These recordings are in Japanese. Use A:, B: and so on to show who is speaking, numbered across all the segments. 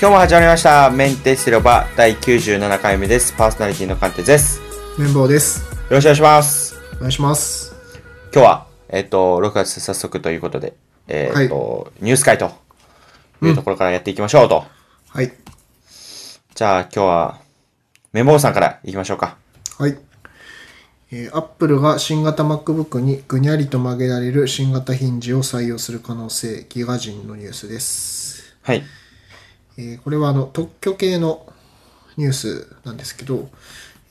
A: 今日も始まりました。メンテスロバ第97回目です。パーソナリティの鑑定です。よ
B: 綿棒です。
A: ろしくお願いします。
B: お願いします。
A: 今日は、えっ、と、6月早速ということで、えっ、と、ニュース会というところからやっていきましょうと。
B: はい。
A: じゃあ今日は、メモさんからいきましょうか。
B: はい。えー、アップルが新型 MacBook にぐにゃりと曲げられる新型ヒンジを採用する可能性、ギガ人のニュースです。
A: はい。
B: えーこれはあの特許系のニュースなんですけど、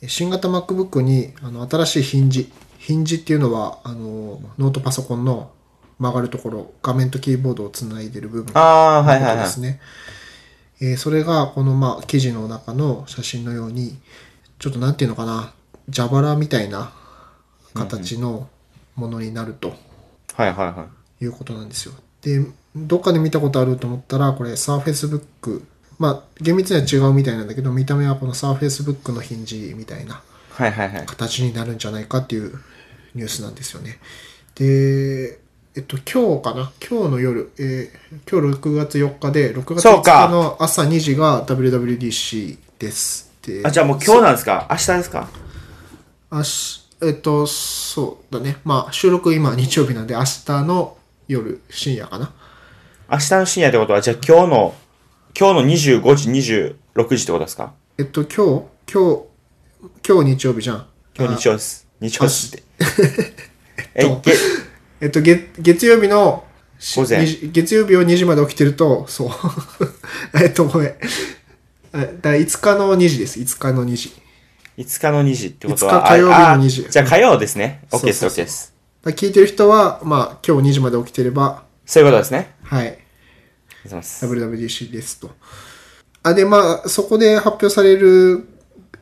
B: えー新型 MacBook にあの新しいヒンジ、ヒンジっていうのはあのノートパソコンの曲がるところ、画面とキーボードをつないでる部分
A: あー、はいはい
B: で
A: はい。
B: すね。えーそれが、この、まあ、記事の中の写真のように、ちょっとなんていうのかな、蛇腹みたいな形のものになると
A: はいはいはい。
B: いうことなんですよ。で、どっかで見たことあると思ったら、これ、サーフェイスブック、まあ、厳密には違うみたいなんだけど、見た目はこのサーフェイスブックのヒンジみたいな
A: はいはいはい。
B: 形になるんじゃないかっていうニュースなんですよね。で、えっと、今日かな今日の夜、えー今日6月4日で、6月
A: そう
B: 5
A: か
B: 日の朝2時が WWDC です。で、
A: あ、じゃあもう今日なんですか明日ですか
B: 明日えっと、そうだね。まあ、収録今日曜日なんで、明日の夜、深夜かな
A: 明日の深夜ってことは、じゃあ今日の、今日の25時、26時ってことですか
B: えっと、今日、今日、今日日曜日じゃん。
A: 今日日曜です。日曜ですって。え、
B: と
A: げ
B: えっと、月月曜日のし
A: 午前
B: にじ月曜日を2時まで起きてると、そう。 えっと、ごめん。えだ5日の2時です。5日の2時。
A: 5日の2時ってことは、
B: 5日火曜日の
A: ああ
B: 2時
A: じゃあ火曜ですね。
B: そう
A: OK です、
B: そう
A: OK
B: そう
A: です。
B: だ聞いてる人は、まあ、今日2時まで起きてれば、
A: そういうことですね。
B: はい、
A: ありがとうございます。
B: WWDC ですと。あ、で、まあ、そこで発表される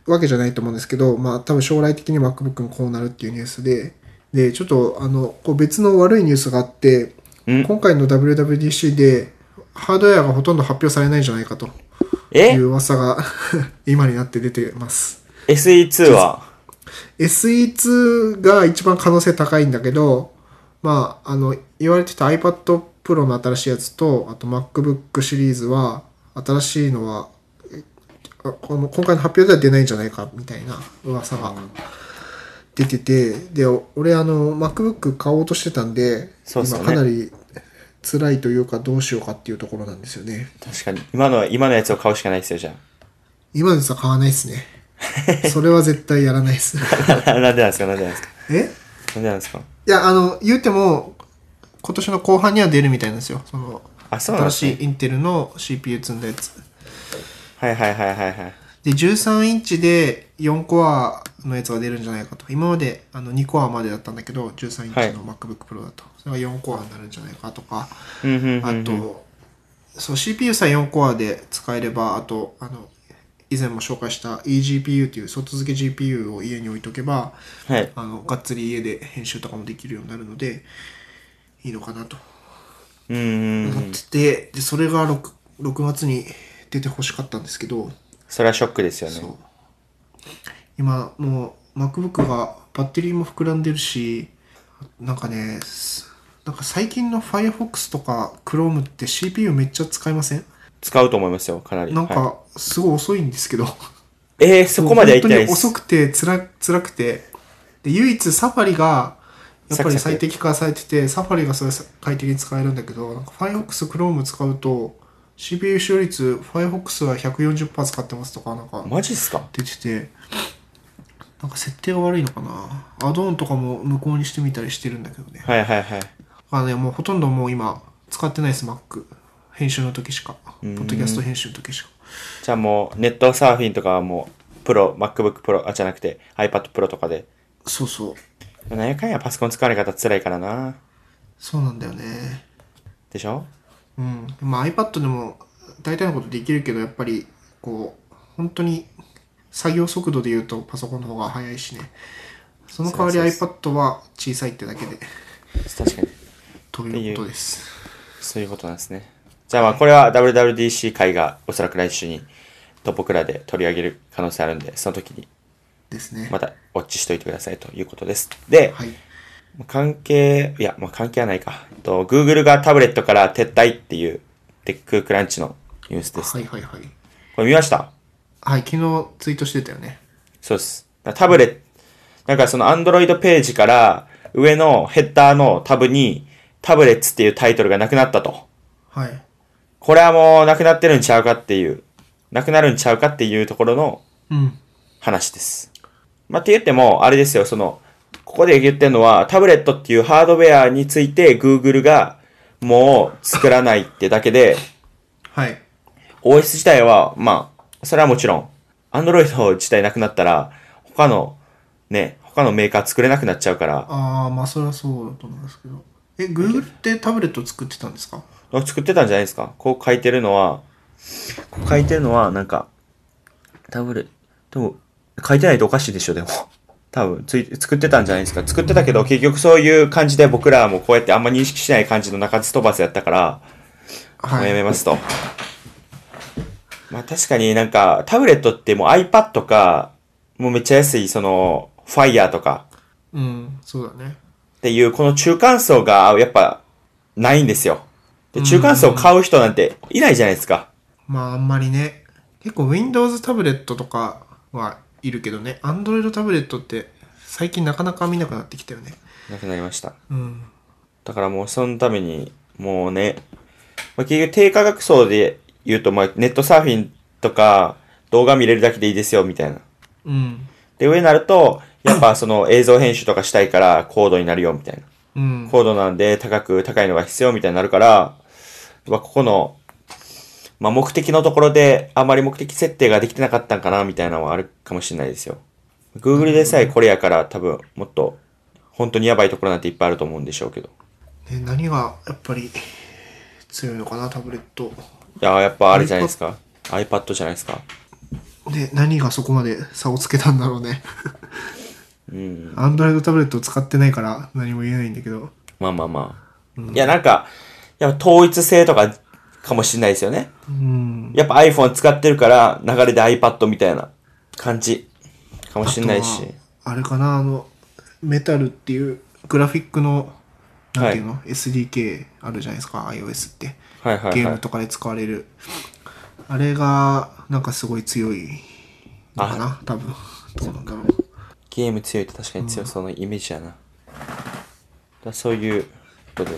B: わけじゃないと思うんですけど、まあ、多分将来的に MacBook もこうなるっていうニュースで、で、ちょっと、あの、こう別の悪いニュースがあって、
A: ん
B: 今回の WWDC で、ハードウェアがほとんど発表されないんじゃないかと。い
A: え
B: う噂が 今になって出てます。
A: ?SE2 は
B: SE2 が一番可能性高いんだけど、まあ、あの、言われてた iPad Pro の新しいやつと、あと MacBook シリーズは、新しいのは、えあこの今回の発表では出ないんじゃないか、みたいな噂が出てて、で、お俺、あの、MacBook 買おうとしてたんで、
A: そうっすよ
B: 今
A: ね
B: かなり辛いというか、どうしようかっていうところなんですよね。
A: 確かに。今の、今のやつを買うしかないですよ、じゃ
B: 今のやつは買わないですね。それは絶対やらない です。
A: あ。 なんでなんですかなんでなんですか
B: え
A: なんでなんですか
B: いや、あの、言うても、今年の後半には出るみたいなんですよ。その、
A: あそうなん
B: 新
A: ですね
B: しいインテルの CPU 積んだやつ。
A: はいはいはいはいはい。
B: で、13インチで4コアのやつが出るんじゃないかと。今まであの2コアまでだったんだけど、13インチの MacBook Pro だと。それが4コアになるんじゃないかとか。
A: うんうんうん。
B: あと、そう、CPU さえ4コアで使えれば、あと、あの、以前も紹介した eGPU という外付け GPU を家に置いとけば、
A: はい。
B: あの、がっつり家で編集とかもできるようになるので、いいのかなと
A: うんうんうん。
B: 思ってて、で、それが 6, 6月に出て欲しかったんですけど、
A: それはショックですよね。
B: そう今、もう MacBook がバッテリーも膨らんでるし、なんかね、すなんか最近の Firefox とか Chrome って CPU めっちゃ使いません
A: 使うと思いますよ、かなり。
B: なん
A: は
B: か、すごい遅いんですけど。
A: い、えー、そこまでは言ってないです。
B: 本当に遅くて、つら、辛くて。で、唯一サファリが、やっ
A: サ
B: ぱり
A: クサク
B: 最適化されてて、サファリがそれ快適に使えるんだけど、なんか Firefox、Chrome 使うと、CPU 使用率、Firefox は140%使ってますとか、なんか、
A: マジっすか
B: 出てて、なんか設定が悪いのかな。アドオンとかも無効にしてみたりしてるんだけどね。
A: はいはいはい。
B: あのね、もうほとんどもう今、使ってないです、Mac。編集の時しか。ポッドキャスト編集の時しか。
A: じゃあもう、ネットサーフィンとかはもう、プロ、MacBook Pro、あ、じゃなくて iPad Pro とかで。
B: そうそう。
A: なんやかんやパソコン使われ方辛いからな。
B: そうなんだよね。
A: でしょ
B: うん。まあ iPad でも大体のことできるけど、やっぱり、こう、本当に作業速度で言うとパソコンの方が速いしね。その代わり
A: そうそう
B: iPad は小さいってだけで、
A: 確かに。
B: ということです。
A: そういうことなんですね。じゃあまあ、これは WWDC 会がおそらく来週に、と僕らで取り上げる可能性あるんで、その時に
B: ですね。
A: またウォッチしといてくださいということです。で、
B: はい。
A: 関係、いや、まあ関係はないか。えっと、Google がタブレットから撤退っていう、テッククランチのニュースです。
B: はいはいはい。
A: これ見ました
B: はい、昨日ツイートしてたよね。
A: そうです。タブレット、なんかその Android ページから上のヘッダーのタブにタブレッツっていうタイトルがなくなったと。
B: はい。
A: これはもうなくなってるんちゃうかっていう、なくなるんちゃうかっていうところの
B: うん。
A: 話です。まあ、って言っても、あれですよ、その、ここで言ってるのは、タブレットっていうハードウェアについて Google がもう作らないってだけで、
B: はい。
A: OS 自体は、まあ、それはもちろん、Android 自体なくなったら、他の、ね、他のメーカー作れなくなっちゃうから、
B: ああ、まあそれはそうだと思うんですけど。え、Google ってタブレット作ってたんですか
A: 作ってたんじゃないですかこう書いてるのは、こう書いてるのは、なんか、タブレット、でも書いてないとおかしいでしょ、でも。多分つい作ってたんじゃないですか作ってたけど、結局そういう感じで僕らもこうやってあんま認識しない感じの中津飛ばずやったから、もう
B: は
A: や
B: い。
A: めますと。まあ確かになんか、タブレットってもう iPad とか、もうめっちゃ安い、その、Fire とか
B: うん、そうだね。
A: っていう、この中間層がやっぱ、ないんですよ。で、中間層買う人なんていないじゃないですか。
B: まああんまりね。結構 Windows タブレットとかはいるけどね。Android タブレットって最近なかなか見なくなってきたよね。
A: なくなりました。
B: うん。
A: だからもうそのために、もうね、まあ、結局低価格層で言うと、まあネットサーフィンとか、動画見れるだけでいいですよ、みたいな。
B: うん。
A: で、上になると、やっぱ その映像編集とかしたいから、高度になるよ、みたいな。
B: うん。
A: 高度なんで高く高いのが必要みたいになるから、まあ、ここの、まあ、目的のところであまり目的設定ができてなかったんかなみたいなのはあるかもしれないですよ。Google でさえこれやから多分もっと本当にやばいところなんていっぱいあると思うんでしょうけど。
B: ね、何がやっぱり強いのかな、タブレット。
A: いやーやっぱあれじゃないですか。iPad じゃないですか。
B: で、何がそこまで差をつけたんだろうね。
A: うん。
B: アンドロイドタブレットを使ってないから何も言えないんだけど。
A: まあまあまあ。いやなんか、やっぱ統一性とかかもしれないですよね。
B: うん。
A: やっぱ iPhone 使ってるから流れで iPad みたいな感じかもしれないし。
B: あとはあれかな、あの、メタルっていうグラフィックの、なんていうの、?SDK あるじゃないですか、iOS って。
A: はいはいはい。
B: ゲームとかで使われる。あれが、なんかすごい強いのかな、多分。どうなんだろう。
A: ゲーム強いって確かに強そうなイメージやな。だからそういうことだと。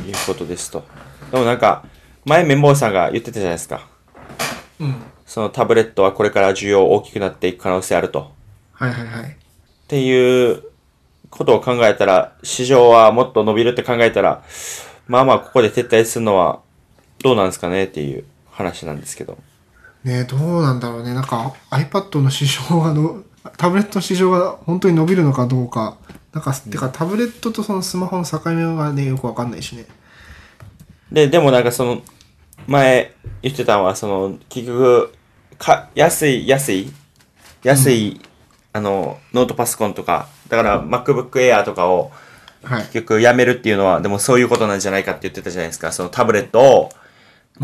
A: いうことですと。でもなんか、前綿棒さんが言ってたじゃないですか。
B: うん。
A: そのタブレットはこれから需要大きくなっていく可能性あると。
B: はいはいはい。
A: っていうことを考えたら、市場はもっと伸びるって考えたら、まあまあここで撤退するのはどうなんですかねっていう話なんですけど。
B: ねどうなんだろうね。なんか iPad の市場がの、タブレットの市場が本当に伸びるのかどうか。なんか、てかタブレットとそのスマホの境目がね、よくわかんないしね。
A: で、でもなんかその、前言ってたのは、その、結局、か、安い、安い、安い、あの、ノートパソコンとか、だから MacBook Air とかを
B: はい。
A: 結局やめるっていうのは、でもそういうことなんじゃないかって言ってたじゃないですか。そのタブレットを、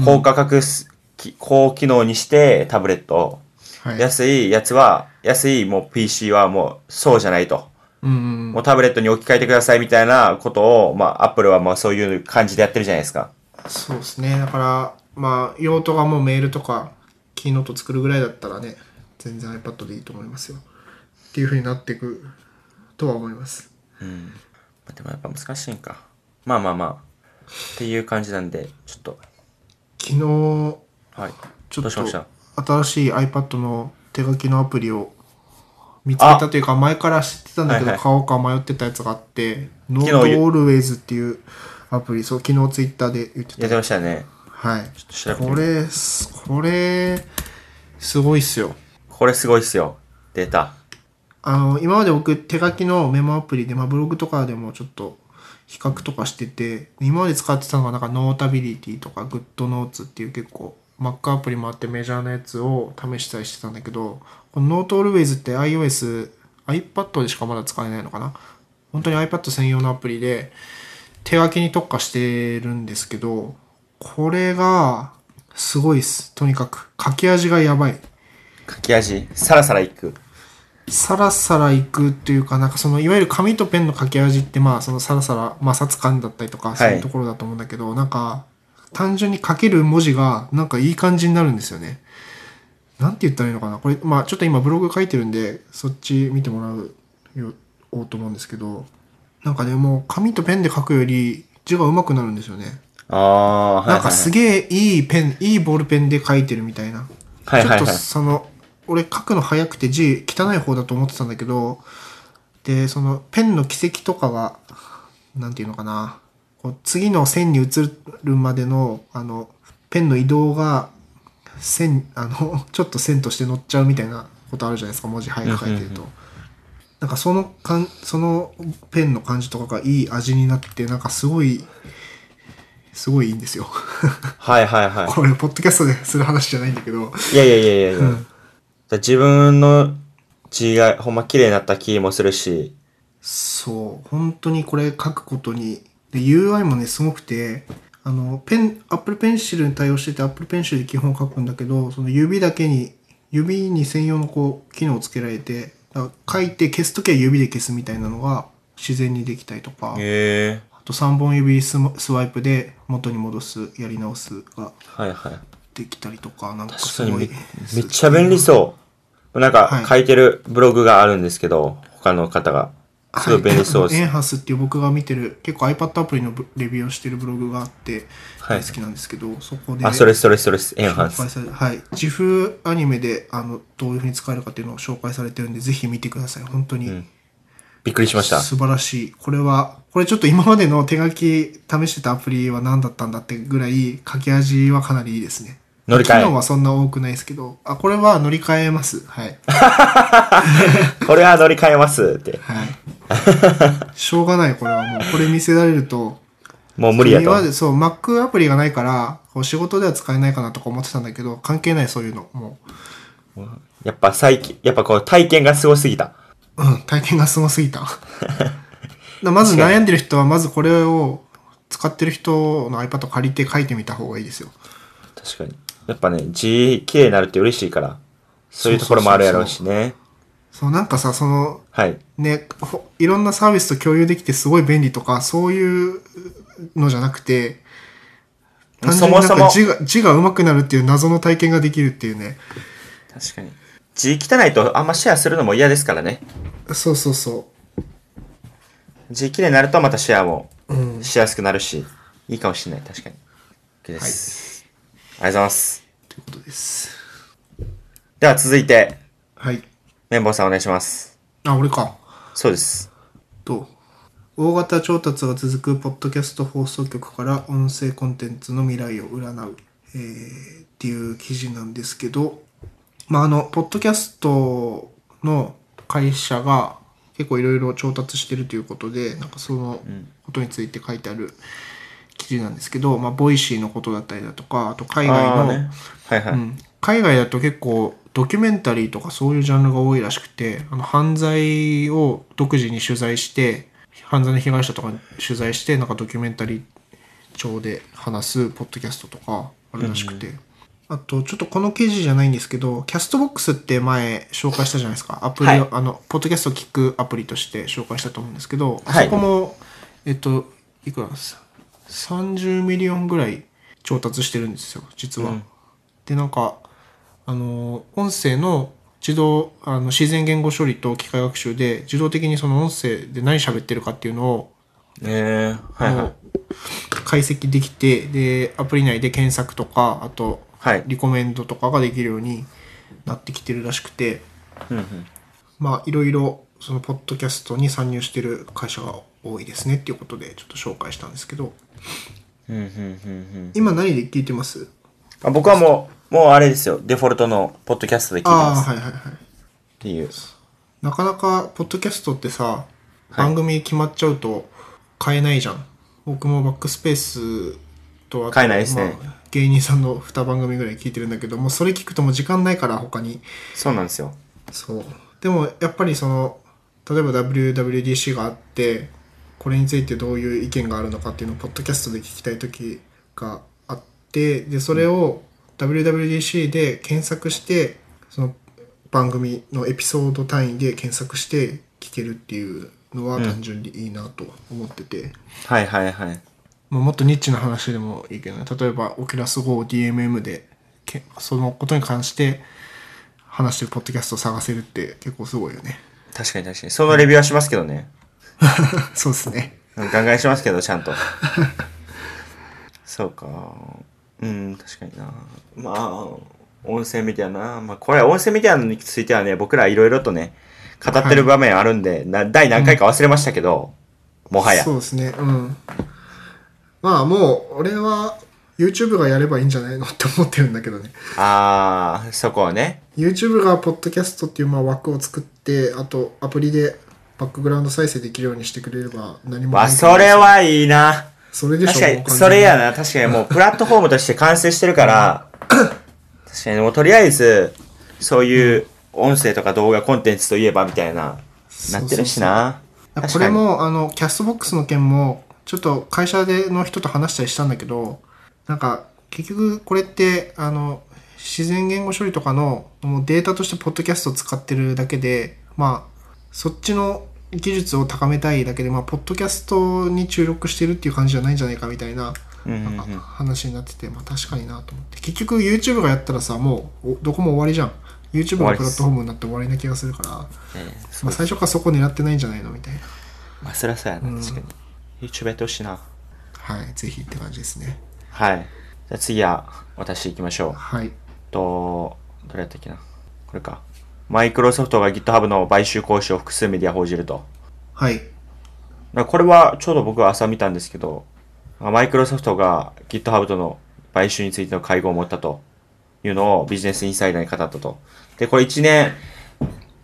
A: 高価格す、き高機能にしてタブレットを。
B: はい。
A: 安いやつは、安いもう PC はもうそうじゃないと。
B: うんうん。
A: もうタブレットに置き換えてくださいみたいなことを、まあ Apple はまあそういう感じでやってるじゃないですか。
B: そうですね。だから、まあ、用途がもうメールとか、キーノート作るぐらいだったらね、全然 iPad でいいと思いますよ。っていう風になっていくとは思います。
A: まあでもやっぱ難しいんか。まあまあまあ。っていう感じなんで、ちょっと。
B: 昨日、
A: はい。
B: ちょ
A: どう
B: っ
A: しました
B: と新しい iPad の手書きのアプリを見つけたというか前から知ってたんだけ
A: は
B: ど
A: いはい
B: 買おうか迷ってたやつがあって
A: 昨日
B: NodeAlways っていうアプリそう昨日ツイッターで言って
A: や
B: た
A: ってましたね。
B: はい
A: と調べてみ
B: これすこれすごいっすよ
A: これすごいっすよ。データ。
B: あの今まで僕手書きのメモアプリで、まあ、ブログとかでもちょっと比較とかしてて今まで使ってたのがなんかノータビリティとかグッドノーツっていう結構 Mac アプリもあってメジャーなやつを試したりしてたんだけどこのノートオルウェイズって iOS iPad でしかまだ使えないのかな本当に iPad 専用のアプリで手書きに特化してるんですけどこれがすごいっすとにかく書き味がやばい
A: 書き味。さらさらいく。
B: さらさらいくっていうか、なんかそのいわゆる紙とペンの掛け味って、まあそのさらさら摩擦感だったりとか、
A: い
B: そういうところだと思うんだけど、なんか、単純に書ける文字がなんかいい感じになるんですよね。なんて言ったらいいのかなこれ、まあちょっと今ブログ書いてるんで、そっち見てもらうよおうと思うんですけど、なんかね、もう紙とペンで書くより字が上手くなるんですよね。
A: ああ、はいはいはい。
B: なんかすげえいいペン、いいボールペンで書いてるみたいな。
A: はいはい
B: ちょ
A: は
B: っと
A: い。
B: その、俺書くの早くて字汚い方だと思ってたんだけど、で、そのペンの軌跡とかが、なんていうのかな、こう次の線に移るまでの、あの、ペンの移動が、線、あの、 ちょっと線として乗っちゃうみたいなことあるじゃないですか、文字早く書いてると。なんかそのかん、そのペンの感じとかがいい味になって、なんかすごい、すごいいいんですよ。
A: はいはいは
B: これ、ポッドキャストでする話じゃないんだけど。
A: い。いやいやいやいやいや。だから自分の字がほんま綺麗になった気もするし、
B: そう本当にこれ書くことにで UI もねすごくてあのペン Apple Pencil に対応してて Apple Pencil で基本書くんだけどその指だけに指に専用のこう機能をつけられてだから書いて消すときは指で消すみたいなのが自然にできたりとか
A: へえ。
B: あと3本指スマスワイプで元に戻すやり直すが
A: はいはい。
B: できたりとかなんか
A: 確か
B: す
A: に
B: ご
A: め
B: い
A: めっちゃ便利そう。なん
B: は
A: か
B: い
A: 書いてるブログがあるんですけど、他の方が。すごい便利そうです。
B: エンハスっていう僕が見てる結構 iPad アプリのブレビューをしてるブログがあって
A: はい
B: 大好きなんですけど、そこで
A: あ、それそれそれです、エンハン
B: 紹
A: ス
B: 介。されはい自負アニメであのどういう風に使えるかっていうのを紹介されてるんでぜひ見てください本当に
A: んびっくりしました。
B: 素晴らしい、これはこれちょっと今までの手書き試してたアプリは何だったんだってぐらい書き味はかなりいいですね
A: 乗り換え
B: 機能はそんな多くないですけどあこれは乗り換えますはい
A: これは乗り換えますって。
B: はい しょうがないこれはもうこれ見せられると
A: もう無理や
B: 今ま
A: と。
B: でそう Mac アプリがないからこう仕事では使えないかなとか思ってたんだけど関係ないそういうのも
A: やっぱ最近、やっぱこう体験がすごすぎた。
B: う、うん、体験がすご すぎたなまず悩んでる人はまずこれを使ってる人の iPad を借りて書いてみた方がいいですよ
A: 確かに。やっぱね、字綺麗になるって嬉しいから、そういうところもあるやろうしね。
B: そうなんかさその
A: はい。
B: ねほいろんなサービスと共有できてすごい便利とかそういうのじゃなくて単純になん
A: そもそ
B: か
A: も
B: 字が字が上手くなるっていう謎の体験ができるっていうね
A: 確かに。字汚いとあんまシェアするのも嫌ですからね。
B: そうそうそ
A: 字綺麗になるとまたシェアも
B: ううん
A: しやすくなるし、いいかもしれない、確かに。OK です。ありがとうございます。
B: ということです
A: では続いて、
B: はい
A: 綿棒さんお願いします。
B: あ俺か
A: そうです。
B: と大型調達が続くポッドキャスト放送局から音声コンテンツの未来を占う、えーっていう記事なんですけど、まあ、あのポッドキャストの会社が結構いろいろ調達してるということでなんかそのことについて書いてある記事なんですけど、まあ、ボイシーのことだったりだとかあと海外
A: あ
B: の、
A: ーね。はいはい。
B: うん海外だと結構ドキュメンタリーとかそういうジャンルが多いらしくてあの犯罪を独自に取材して犯罪の被害者とかに取材してなんかドキュメンタリー調で話すポッドキャストとかあるらしくて、あとちょっとこの記事じゃないんですけどキャストボックスって前紹介したじゃないですかアプリを、
A: はい
B: あのポッドキャストを聞くアプリとして紹介したと思うんですけど、
A: はい
B: あそこもえっといくらです30ミリオンぐらい調達してるんですよ実は。
A: うん
B: でなんかあの音声の自動あの自然言語処理と機械学習で自動的にその音声で何喋ってるかっていうのを
A: えー、はいはい。
B: 解析できてでアプリ内で検索とかあと
A: はい。
B: リコメンドとかができるようになってきてるらしくて
A: うんうん
B: まあいろいろそのポッドキャストに参入してる会社が多いですねっていうことでちょっと紹介したんですけど
A: うんうんうん
B: 今何で聞いてます
A: うんあ僕はもう、もうあれですよ。デフォルトのポッドキャストで聞いて
B: ああ
A: ます。っ
B: はいはいはい
A: ていう。
B: なかなかポッドキャストってさ番組決まっちゃうと買えないじゃん、僕もバックスペースとは
A: 買えないですね
B: 芸人さんの2番組ぐらい聞いてるんだけどもうそれ聞くともう時間ないから他に
A: そうなんですよ。
B: そうでもやっぱりその例えば WWDC があってこれについてどういう意見があるのかっていうのをポッドキャストで聞きたい時があってでそれを WWDC で検索してその番組のエピソード単位で検索して聞けるっていうのは単純にいいなと思ってて、
A: はいはいはい。
B: まあ、もっとニッチな話でもいいけどね例えばオキュラス GO を DMM でけそのことに関して話してるポッドキャストを探せるって結構すご いよね
A: 確かに確かに。そのレビューはしますけどね。
B: そうですね
A: うんガンガンしますけど、ちゃんと。そうか。うん、確かにな。まあ、音声メディアな。まあ、これは音声メディアについてはね、僕らいろいろとね、語ってる場面あるんで、な第何回か忘れましたけど、もはや。
B: そうですねうんまあもう俺は YouTube がやればいいんじゃないのって思ってるんだけどね
A: ああ、そこはね。
B: YouTube がポッドキャストっていうまあ枠を作ってあとアプリでバックグラウンド再生できるようにしてくれれば何も
A: わ、
B: ない
A: それはいいな。
B: それでしょ
A: 確
B: も
A: かに、
B: う完全に
A: それやな。確かに もうプラットフォームとして完成してるから、確かにもうとりあえず、そういう音声とか動画コンテンツといえばみたいな、なってるしな。
B: だから
A: 確
B: こ
A: か
B: れ
A: に
B: もあのキャストボックスの件もちょっと会社での人と話したりしたんだけどなんか結局これってあの自然言語処理とかのもうデータとしてポッドキャストを使ってるだけでまあそっちの技術を高めたいだけで、まあ、ポッドキャストに注力してるっていう感じじゃないんじゃないかみたいな
A: うんうん
B: なんか
A: うん
B: 話になってて、まあ、確かになと思って結局 YouTube がやったらさもうおどこも終わりじゃん
A: 終
B: YouTube
A: わ
B: が
A: り
B: プ
A: で
B: ラ
A: す
B: ットフォームになって終わりな気がするから、
A: ええ
B: まあ、最初からそこ狙ってないんじゃないのみたいな
A: まあ、そりゃそうやな、確かに。YouTube やってほしいな。
B: はい、ぜひって感じですね。
A: はい。じゃあ次は、私行きましょう。
B: はい。
A: と、どれやったっけな。これか。マイクロソフトが GitHub の買収交渉を複数メディア報じると。
B: はい。
A: まあこれはちょうど僕は朝見たんですけど、まあマイクロソフトが GitHub との買収についての会合を持ったというのをビジネスインサイダーに語ったと。で、これ1年、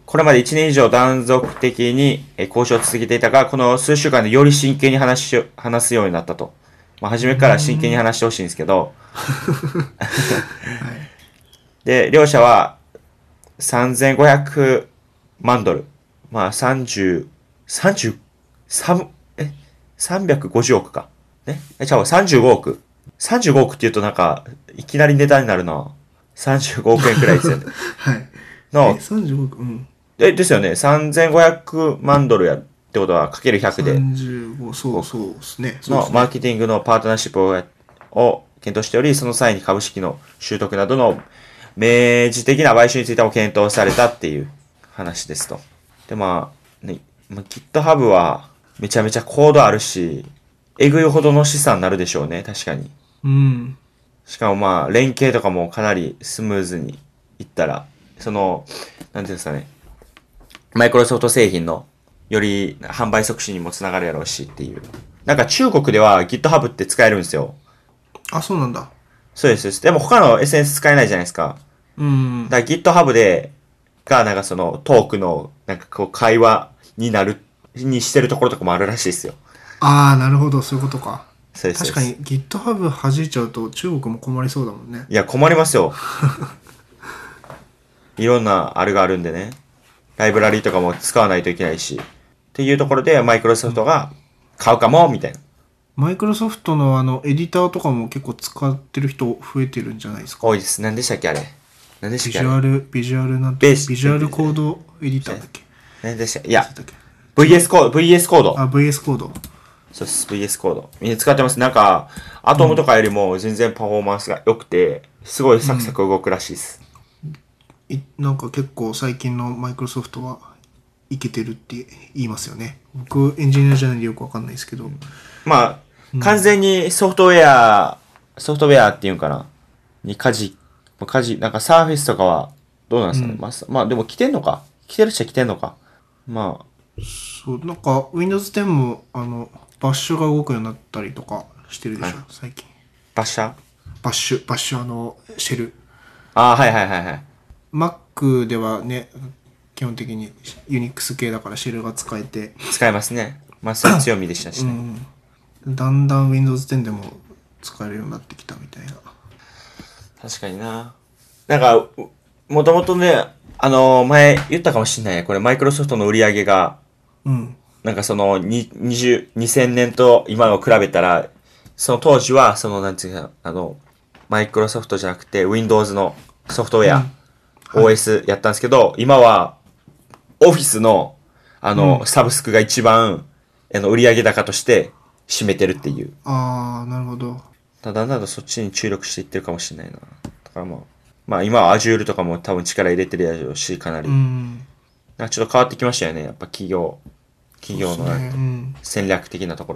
A: これまで1年以上断続的にえー交渉を続けていたが、この数週間でより真剣に話しよ話すようになったと。まあ、初めから真剣に話してほしいんですけど、で、両者は3500万ドル。まあ、30、30、3、え、350億か。ねえ、ちゃうわ、35億。35億って言うとなんか、いきなり値段になるな。35億円くらいです よね。
B: はい。
A: の
B: え、35億、うん。
A: え、ですよね。3500万ドルやってことは、かける100で、
B: 35、そうそうですね。そうで
A: の
B: すね
A: マーケティングのパートナーシップをやを検討しており、その際に株式の習得などの明示的な買収についても検討されたっていう話ですと。で、まあ、ね、まあ GitHub はめちゃめちゃコードあるし、えぐいほどの資産になるでしょうね、確かに。
B: うん。
A: しかもまあ、連携とかもかなりスムーズにいったら、その、なんていうんですかね、マイクロソフト製品のより販売促進にもつながるやろうしっていう。なんか中国では GitHub って使えるんですよ。
B: あ、そうなんだ。
A: そうですそうです。でも他の SNS 使えないじゃないですか。
B: うん。
A: だから GitHub で、がなんかそのトークの、なんかこう会話になる、にしてるところとかもあるらしいですよ。
B: ああ、なるほど、そういうことか。
A: そうです。
B: 確か
A: そうです
B: に GitHub 弾いちゃうと中国も困りそうだもんね。
A: いや、困りますよ。いろんなあれがあるんでね。ライブラリーとかも使わないといけないし。っていうところで、マイクロソフトが買うかも、みたいな。
B: マイクロソフトのあの、エディターとかも結構使ってる人増えてるんじゃないですか。
A: 多いです。何でしたっけ、あれ。何でし
B: ビ
A: た
B: ジ
A: っけ、
B: ュ
A: あ
B: アル、ビジュアルな
A: ベ
B: ん
A: ー
B: て、
A: ス
B: ビジュアルコードエディターだっけ
A: れ。何でしたっけいや、
B: だっけ
A: VS コード、VS コード。
B: あ、VS コード。
A: そうです、VS コード。みんな使ってます。なんか、アトムとかよりも全然パフォーマンスが良くて、すごいサクサク動くらしいです。
B: いなんか結構最近のマイクロソフトはいけてるって言いますよね僕エンジニアじゃないんでよくわかんないですけど、
A: まあ、完全にソフトウェア、ソフトウェアっていうんかな。に舵、舵、なんかサーフェスとかは、どうなんですかね。まあ、まあ、でも来てんのか。来てるっちゃ来てんのか。ま
B: そうなんか Windows 10もあのバッシュが動くようになったりとかしてるでしょ、最近
A: あ、馬車
B: バッシュバッシュあのシェル
A: ああ、はいはいはいはい。
B: Mac ではね基本的に Unix 系だからシェルが使えて、
A: 使えますね。まあ、そういう強みでしたし
B: う
A: ね。
B: ん、だんだん Windows 10でも使えるようになってきたみたいな
A: 確かにな。なんか、うもともとね、あのー前言ったかもしんないや。これ、マイクロソフトの売り上げが、
B: うん
A: なんかその、に、20 2000年と今を比べたら、その当時は、その、なんていうか、あの、マイクロソフトじゃなくて、Windows のソフトウェア、OS やったんですけど、今は、Office の、あの、サブスクが一番、あの、売上高として、占めてるっていう。
B: ああ、なるほど。
A: だんだんだんだんそっちに注力していってるかもしれないな。だからまあ、まあ今は Azure とかも多分力入れてるやろうし、かなり。
B: うん。
A: なんかちょっと変わってきましたよね。やっぱ企業、企業の
B: そうっす
A: なん
B: ね
A: か
B: うん。
A: 戦略的なとこ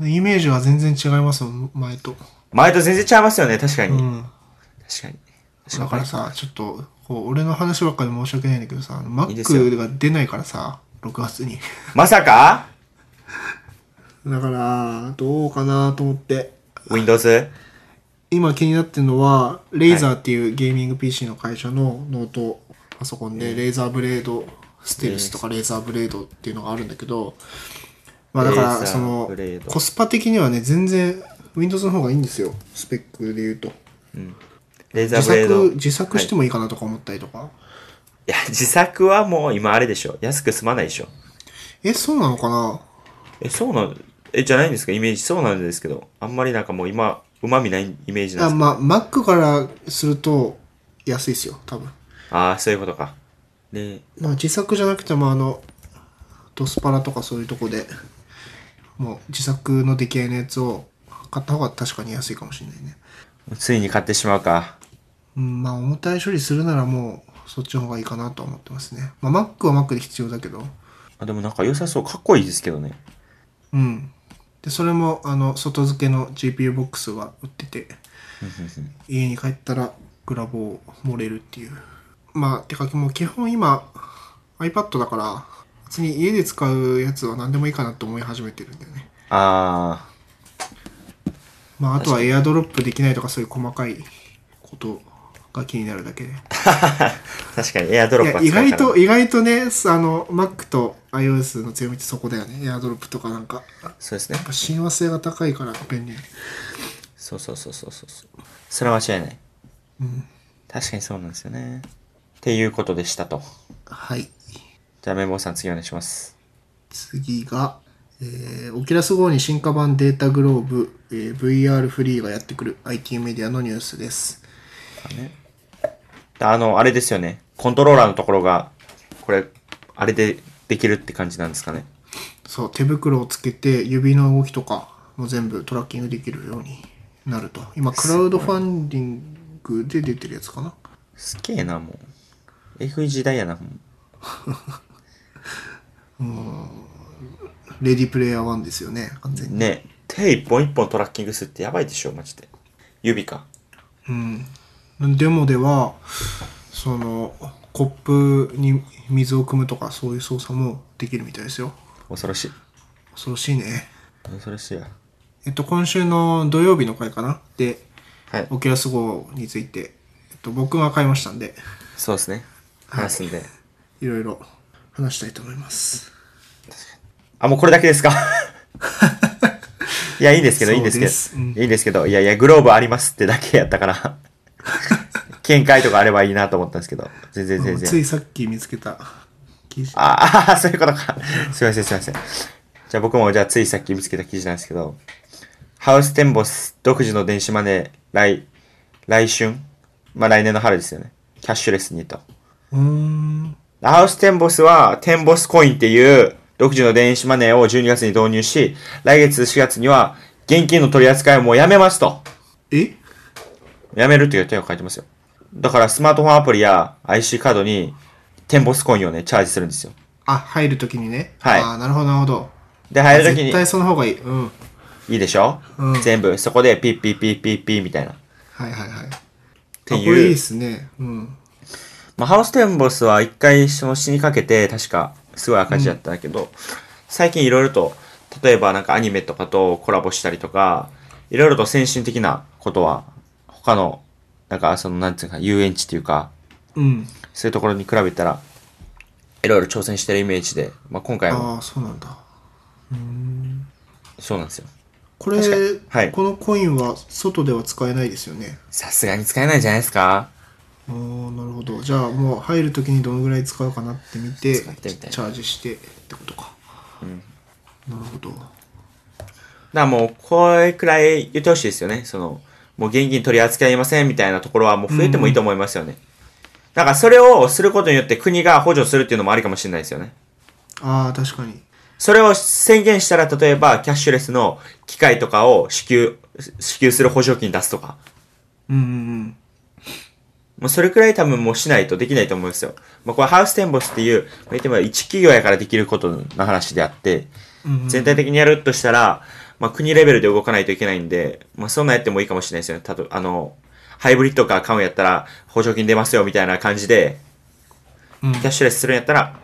A: ろ。
B: イメージは全然違いますもん、前と。
A: 前と全然ちゃいますよね、確かに。
B: うん。
A: 確かに。
B: だからさ、ちょっと、こう、俺の話ばっかで申し訳ないんだけどさ、
A: いいですよ
B: Mac が出ないからさ、6月に。
A: まさか
B: だから、どうかなと思って。
A: ?Windows?
B: 今気になってるのは、レイザーっていうゲーミング PC の会社のノートパソコンで、レイザーブレードステルスとかレイザーブレードっていうのがあるんだけど、まあだか
A: レイザ
B: ら、
A: ー
B: その
A: ブレー、ド
B: コスパ的にはね、全然 Windows の方がいいんですよ。スペックで言うと。
A: レーザ
B: 自
A: ーブレード。
B: 作、自作してもいいかなとか思ったりとか。
A: いや、自作はもう今あれでしょ。安く済まないでしょ。
B: え、そうなのかな
A: え、そうなん、え、じゃないんですかイメージそうなんですけど。あんまりなんかもう今、うまみないイメージなん
B: あ
A: です
B: まあ、Mac からすると安いですよ、多分。
A: かああー、そういうことか。で、
B: まあ、自作じゃなくても、あの、ドスパラとかそういうとこで、もう自作の出来合いのやつを買った方が確かに安いかもしれないね。
A: ついに買ってしまうか。
B: うん、まあ、重たい処理するならもう、そっちの方がいいかなとは思ってますね。まあ、Mac は Mac で必要だけど、
A: あ、でもなんか良さそう。かっこいいですけどね。
B: うん。で、それも、あの、外付けの GPU ボックスが売ってて、家に帰ったらグラボを盛れるっていう。まあ、てか、もう基本今、iPad だから、別に家で使うやつは何でもいいかなと思い始めてるんだよね。
A: ああ、
B: まあ、あとは AirDrop できないとかそういう細かいことが気になるだけで。
A: 確かにエアドロ
B: い
A: ップは
B: や、
A: 使
B: 意
A: うから
B: 外と、意外とね、あの、Mac と iOS の強みってそこだよね。AirDrop とかなんか、やっ
A: そうですね。
B: ぱ親和性が高いから便利。
A: そうそうそうそうそうそう。それは間違いない。確かにそうなんですよね。っていうことでしたと。
B: はい。
A: じゃあ、綿棒さん次お願いします。
B: 次が、えー、オキュラス号に進化版データグローブ、えー VR フリーがやってくる IT メディアのニュースです。
A: あの、あれですよね。コントローラーのところが、これ、あれでできるって感じなんですかね。
B: そう、手袋をつけて指の動きとかも全部トラッキングできるようになると。今、クラウドファンディングで出てるやつかな。
A: すっげえな、もう。えぐい時代やな、もう。
B: レディープレイヤー1ですよね、完全に。
A: ね手一本一本トラッキングするってやばいでしょ、マジで。指か。
B: うん。デモでは、その、コップに水を汲むとかそういう操作もできるみたいですよ。
A: 恐ろしい。
B: 恐ろしいね。
A: 恐ろしいや。
B: えっと、今週の土曜日の回かなで、
A: はい。
B: オキュラス号について、えっと、僕が買いましたんで、
A: そうですね。話すんで。
B: いろいろ話したいと思います。
A: あ、もうこれだけですかいや、いいんですけど、いいんですけど。
B: そうですうん
A: いいんですけど、いやいや、グローブありますってだけやったから。見解とかあればいいなと思ったんですけど、全然全
B: つ
A: 然。
B: いさっき見つけた記事。
A: ああ、そういうことか。すいません、すいません。じゃあ僕も、じゃあついさっき見つけた記事なんですけど、ハウステンボス独自の電子マネー、来、来春まあ来年の春ですよね。キャッシュレスにと。
B: うーん。
A: ハウステンボスは、テンボスコインっていう独自の電子マネーを12月に導入し、来月4月には現金の取り扱いをもうやめますと。
B: え
A: やめるという手を書いてますよ。だからスマートフォンアプリや IC カードにテンボスコインをね、チャージするんですよ。
B: あ、入るときにね。
A: はい
B: あーなるほど、なるほど。
A: で、入るときに
B: 絶、対その方がいい。うん。はい
A: いいでしょ、
B: うん
A: 全部、そこでピッピッピッピッピッみたいな。っ
B: はいはい。
A: て
B: あこれいい
A: い
B: で
A: う。
B: すね。うん。ま
A: まあ、ハウステンボスは一回その死にかけて、確かすごい赤字だったんだけど、最近いろいろと、例えばなんかアニメとかとコラボしたりとか、いろいろと先進的なことは、他の、なんかその、なんていうか、遊園地っていうか、
B: うん。
A: そういうところに比べたら、いろいろ挑戦してるイメージで、まあ、今回も
B: ああ、そうなんだ。
A: そうなんですよ。
B: これ、
A: 確かはい
B: このコインは外では使えないですよね。
A: さすがに使えないじゃないですか。
B: あーなるほどじゃあもう入るときにどのぐらい使うかなって見て
A: 使ってみたい
B: チャージしてってことか、なるほど
A: だからもう、これくらい言ってほしいですよね。その、もう現金取り扱いませんみたいなところはもう増えてもいいと思いますよね。だからそれをすることによって国が補助するっていうのもありかもしれないですよね。
B: ああ確かに
A: それを宣言したら、例えば、キャッシュレスの機械とかを支給、支給する補助金出すとか。
B: うんうん
A: もうそれくらい多分もうしないとできないと思うんですよ。まあ、これハウステンボスっていう、まあ言っても一企業やからできることの話であって、
B: うんうん
A: 全体的にやるとしたら、まあ、国レベルで動かないといけないんで、まあ、そんなんやってもいいかもしれないですよね。たと、あの、ハイブリッドか買うんやったら補助金出ますよみたいな感じで、
B: うん
A: キャッシュレスするんやったら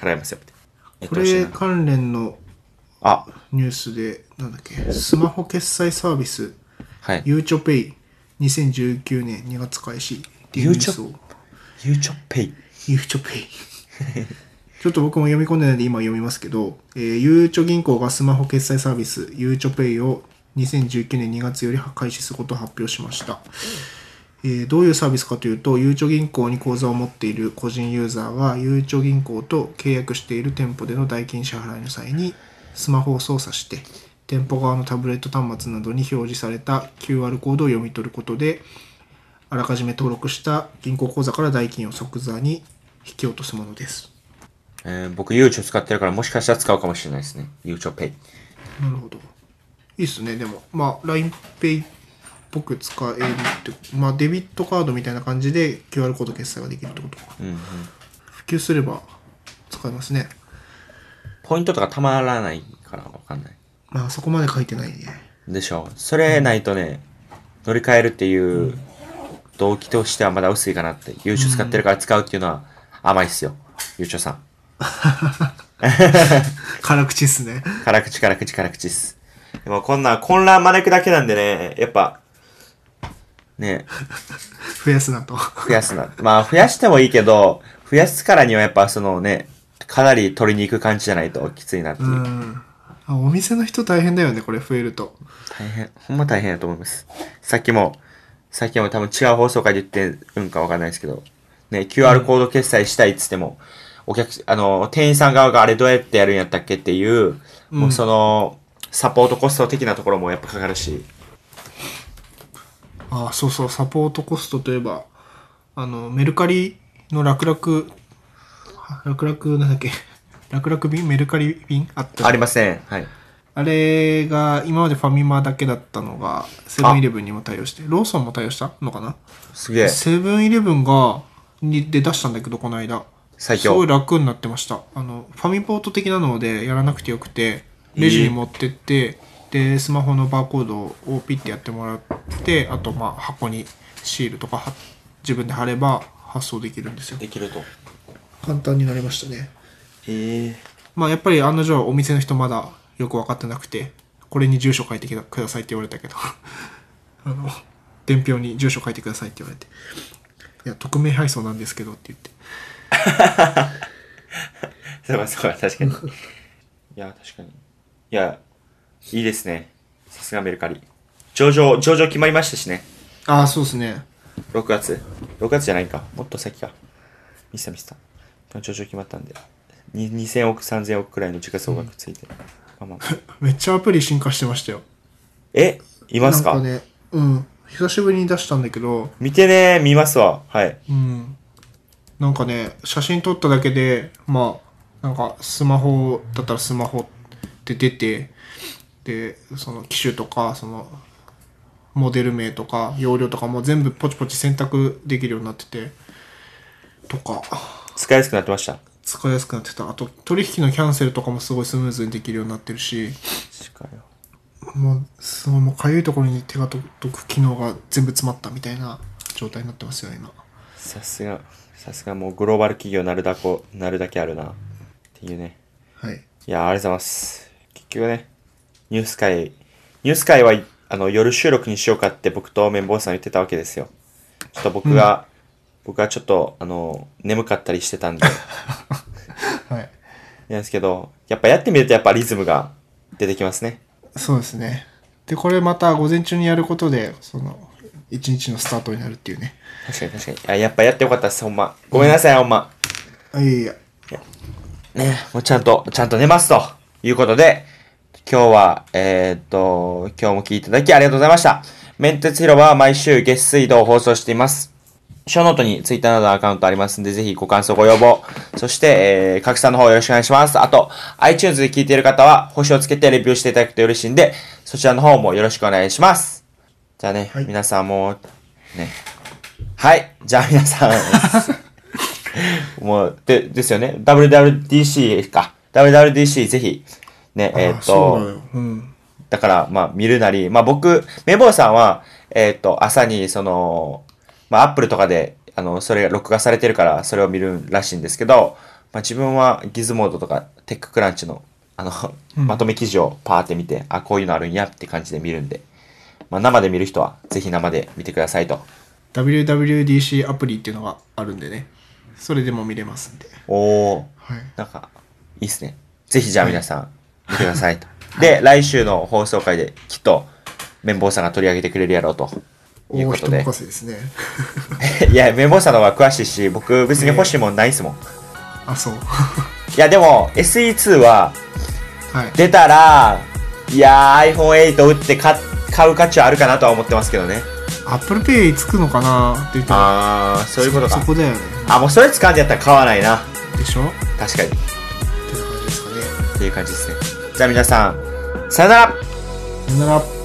A: 払いますよって。やっ
B: こ
A: てほしい
B: れ
A: な
B: 関連の
A: あ、
B: ニュースでなんだっけスマホ決済サービス
A: はい。
B: ゆうちょペイ2019年2月開始っていうニュースを
A: ゆうちょペイ。
B: ゆうちょペイちょっと僕も読み込んでないんで今読みますけど、えー、ゆうちょ銀行がスマホ決済サービスゆうちょペイを2019年2月より開始することを発表しました、えーどういうサービスかというとゆうちょ銀行に口座を持っている個人ユーザーがゆうちょ銀行と契約している店舗での代金支払いの際にスマホを操作して店舗側のタブレット端末などに表示された QR コードを読み取ることであらかじめ登録した銀行口座から代金を即座に引き落とすものです。
A: えー、僕ゆうちょ使ってるからもしかしたら使うかもしれないですね。ゆうちょペイ。
B: なるほど。いいっすね、でも。まあ、LINEPay っぽく使えるって、まあ、デビットカードみたいな感じで QR コード決済ができるってことか。
A: うんうん。
B: 普及すれば使えますね。
A: ポイントとかたまらないからわかんない。
B: まあ、そこまで書いてないね。
A: でしょう。それないとね、乗り換えるっていう動機としてはまだ薄いかなって。優秀使ってるから使うっていうのは甘いっすよ。優勝さん。
B: 辛口っすね。
A: 辛口辛口辛口っす。でもこんな混乱招くだけなんでね、やっぱ、ね、
B: 増やすなと。
A: 増やすな。まあ増やしてもいいけど、増やすからにはやっぱそのね、かなり取りに行く感じじゃないときついなっていうう。
B: ん。あお店の人大変だよね、これ増えると。
A: 大変、ほんま大変だと思います。さっきも、さっきも多分違う放送会で言ってるんかわかんないですけど、ね、QR コード決済したいっつっても、お客、あの、店員さん側があれどうやってやるんやったっけっていう、もうその、サポートコスト的なところもやっぱかかるし、
B: あそうそう、サポートコストといえば、あの、メルカリの楽々、は楽々なんだっけ、 楽々便メルカリ便あった。
A: ありません。はい。
B: あれが、今までファミマだけだったのが、セブンイレブンにも対応して、ローソンも対応したのかな
A: すげえ、
B: セブンイレブンが、にで出したんだけど、この間。
A: 最
B: すごい
A: 強。
B: 楽になってました。あの、ファミポート的なのでやらなくてよくて、レジに持ってって、で、スマホのバーコードをピッてやってもらって、あと、まあ、箱にシールとかは自分で貼れば発送できるんですよ。
A: できると。
B: 簡単になりましたね。
A: へえ。
B: まあ、やっぱり案の定お店の人まだよく分かってなくて、これに住所書いてくださいって言われたけど、 あの、伝票に住所書いてくださいって言われて、いや、匿名配送なんですけどって言って。
A: そうかそうか、確 かに。いや、確かに。いや、いいですね。さすがメルカリ。上場、上場決まりましたしね。
B: ああ、そうですね。
A: 6月 ?6 月じゃないか。もっと先か。ミスタミスタ。上場決まったんで。に2000億、3000億くらいの時価総額ついて。まあまあ
B: めっちゃアプリ進化してましたよ。
A: えいますか
B: なんかね、うん。久しぶりに出したんだけど、
A: 見てね見ますわ。はい。
B: うん。なんかね、写真撮っただけで、まあ、なんかスマホだったらスマホって出て、で、その機種とか、その、モデル名とか、容量とかも全部ポチポチ選択できるようになってて、とか、
A: 使いやすくなってました。
B: 使いやすくなってた。あと、取引のキャンセルとかもすごいスムーズにできるようになってるし、
A: 近いよ。
B: もう、そのもう、かゆいところに手が届く機能が全部詰まったみたいな状態になってますよね、今。
A: さすが、さすがもうグローバル企業なるだこ、なるだけあるな。っていうね。
B: はい。
A: いや、ありがとうございます。結局ね、ニュース会、ニュース会は、あの、夜収録にしようかって僕と綿棒さん言ってたわけですよ。ちょっと僕が、僕はちょっと、あの、眠かったりしてたんで、
B: はい。
A: なんですけど、やっぱやってみるとやっぱリズムが出てきますね。
B: そうですね。で、これまた午前中にやることで、その、一日のスタートになるっていうね。
A: 確かに確かに。あやっぱやってよかったです、ほんま。ごめんなさい、ほんま。
B: あいやいや。
A: ね、もうちゃんと、ちゃんと寝ますということで、今日は、えーっと、今日も聞いていただきありがとうございました。メンテツ広場は毎週月水道を放送しています。ショーノートにツイッターなどのアカウントありますんで、ぜひご感想、ご要望、そして、えー、拡散の方よろしくお願いします。あと、iTunes で聞いている方は、星をつけてレビューしていただくと嬉しいんで、そちらの方もよろしくお願いします。じゃあね、
B: はい
A: 皆さんもう、ね。はい、じゃあ皆さん、もう、で、ですよね。WWDC か。WWDC ぜひ、ね、えーっ、
B: あ
A: と、
B: そうなのよ。うん。
A: だから、まあ、見るなり、まあ、僕、メボウさんは、えーっ、と、朝に、その、まあ、アップルとかで、あの、それが録画されてるから、それを見るらしいんですけど、まあ、自分は、ギズモードとか、テッククランチの、あの、まとめ記事をパーって見て、あ、こういうのあるんやって感じで見るんで、まあ、生で見る人は、ぜひ生で見てくださいと。
B: WWDC アプリっていうのがあるんでね。それでも見れますんで。
A: おー。
B: はい。
A: なんか、いいっすね。ぜひじゃあ皆さん、見てくださいと。で、来週の放送回で、きっと、綿棒さんが取り上げてくれるやろうと。いう
B: 大
A: こ
B: 人
A: とで。
B: 任せですね。
A: いや、綿棒さんの方が詳しいし、僕、別に欲しいもんないっすもん。
B: あ、そう。
A: いや、でも、SE2 は、
B: はい。
A: 出たら、いやー、iPhone8 打って買買う価値はあるかなとは思ってますけどね。
B: Apple Pay つくのかなって言ったら、
A: あー、そういうこと
B: そ
A: か
B: そ。こだよね。
A: あ、もうそれ掴んでやったら買わないな。
B: でしょっ
A: 確かに。
B: てな感じですかね。
A: っていう感じですね。じゃあ皆さん、さよなら
B: さよなら。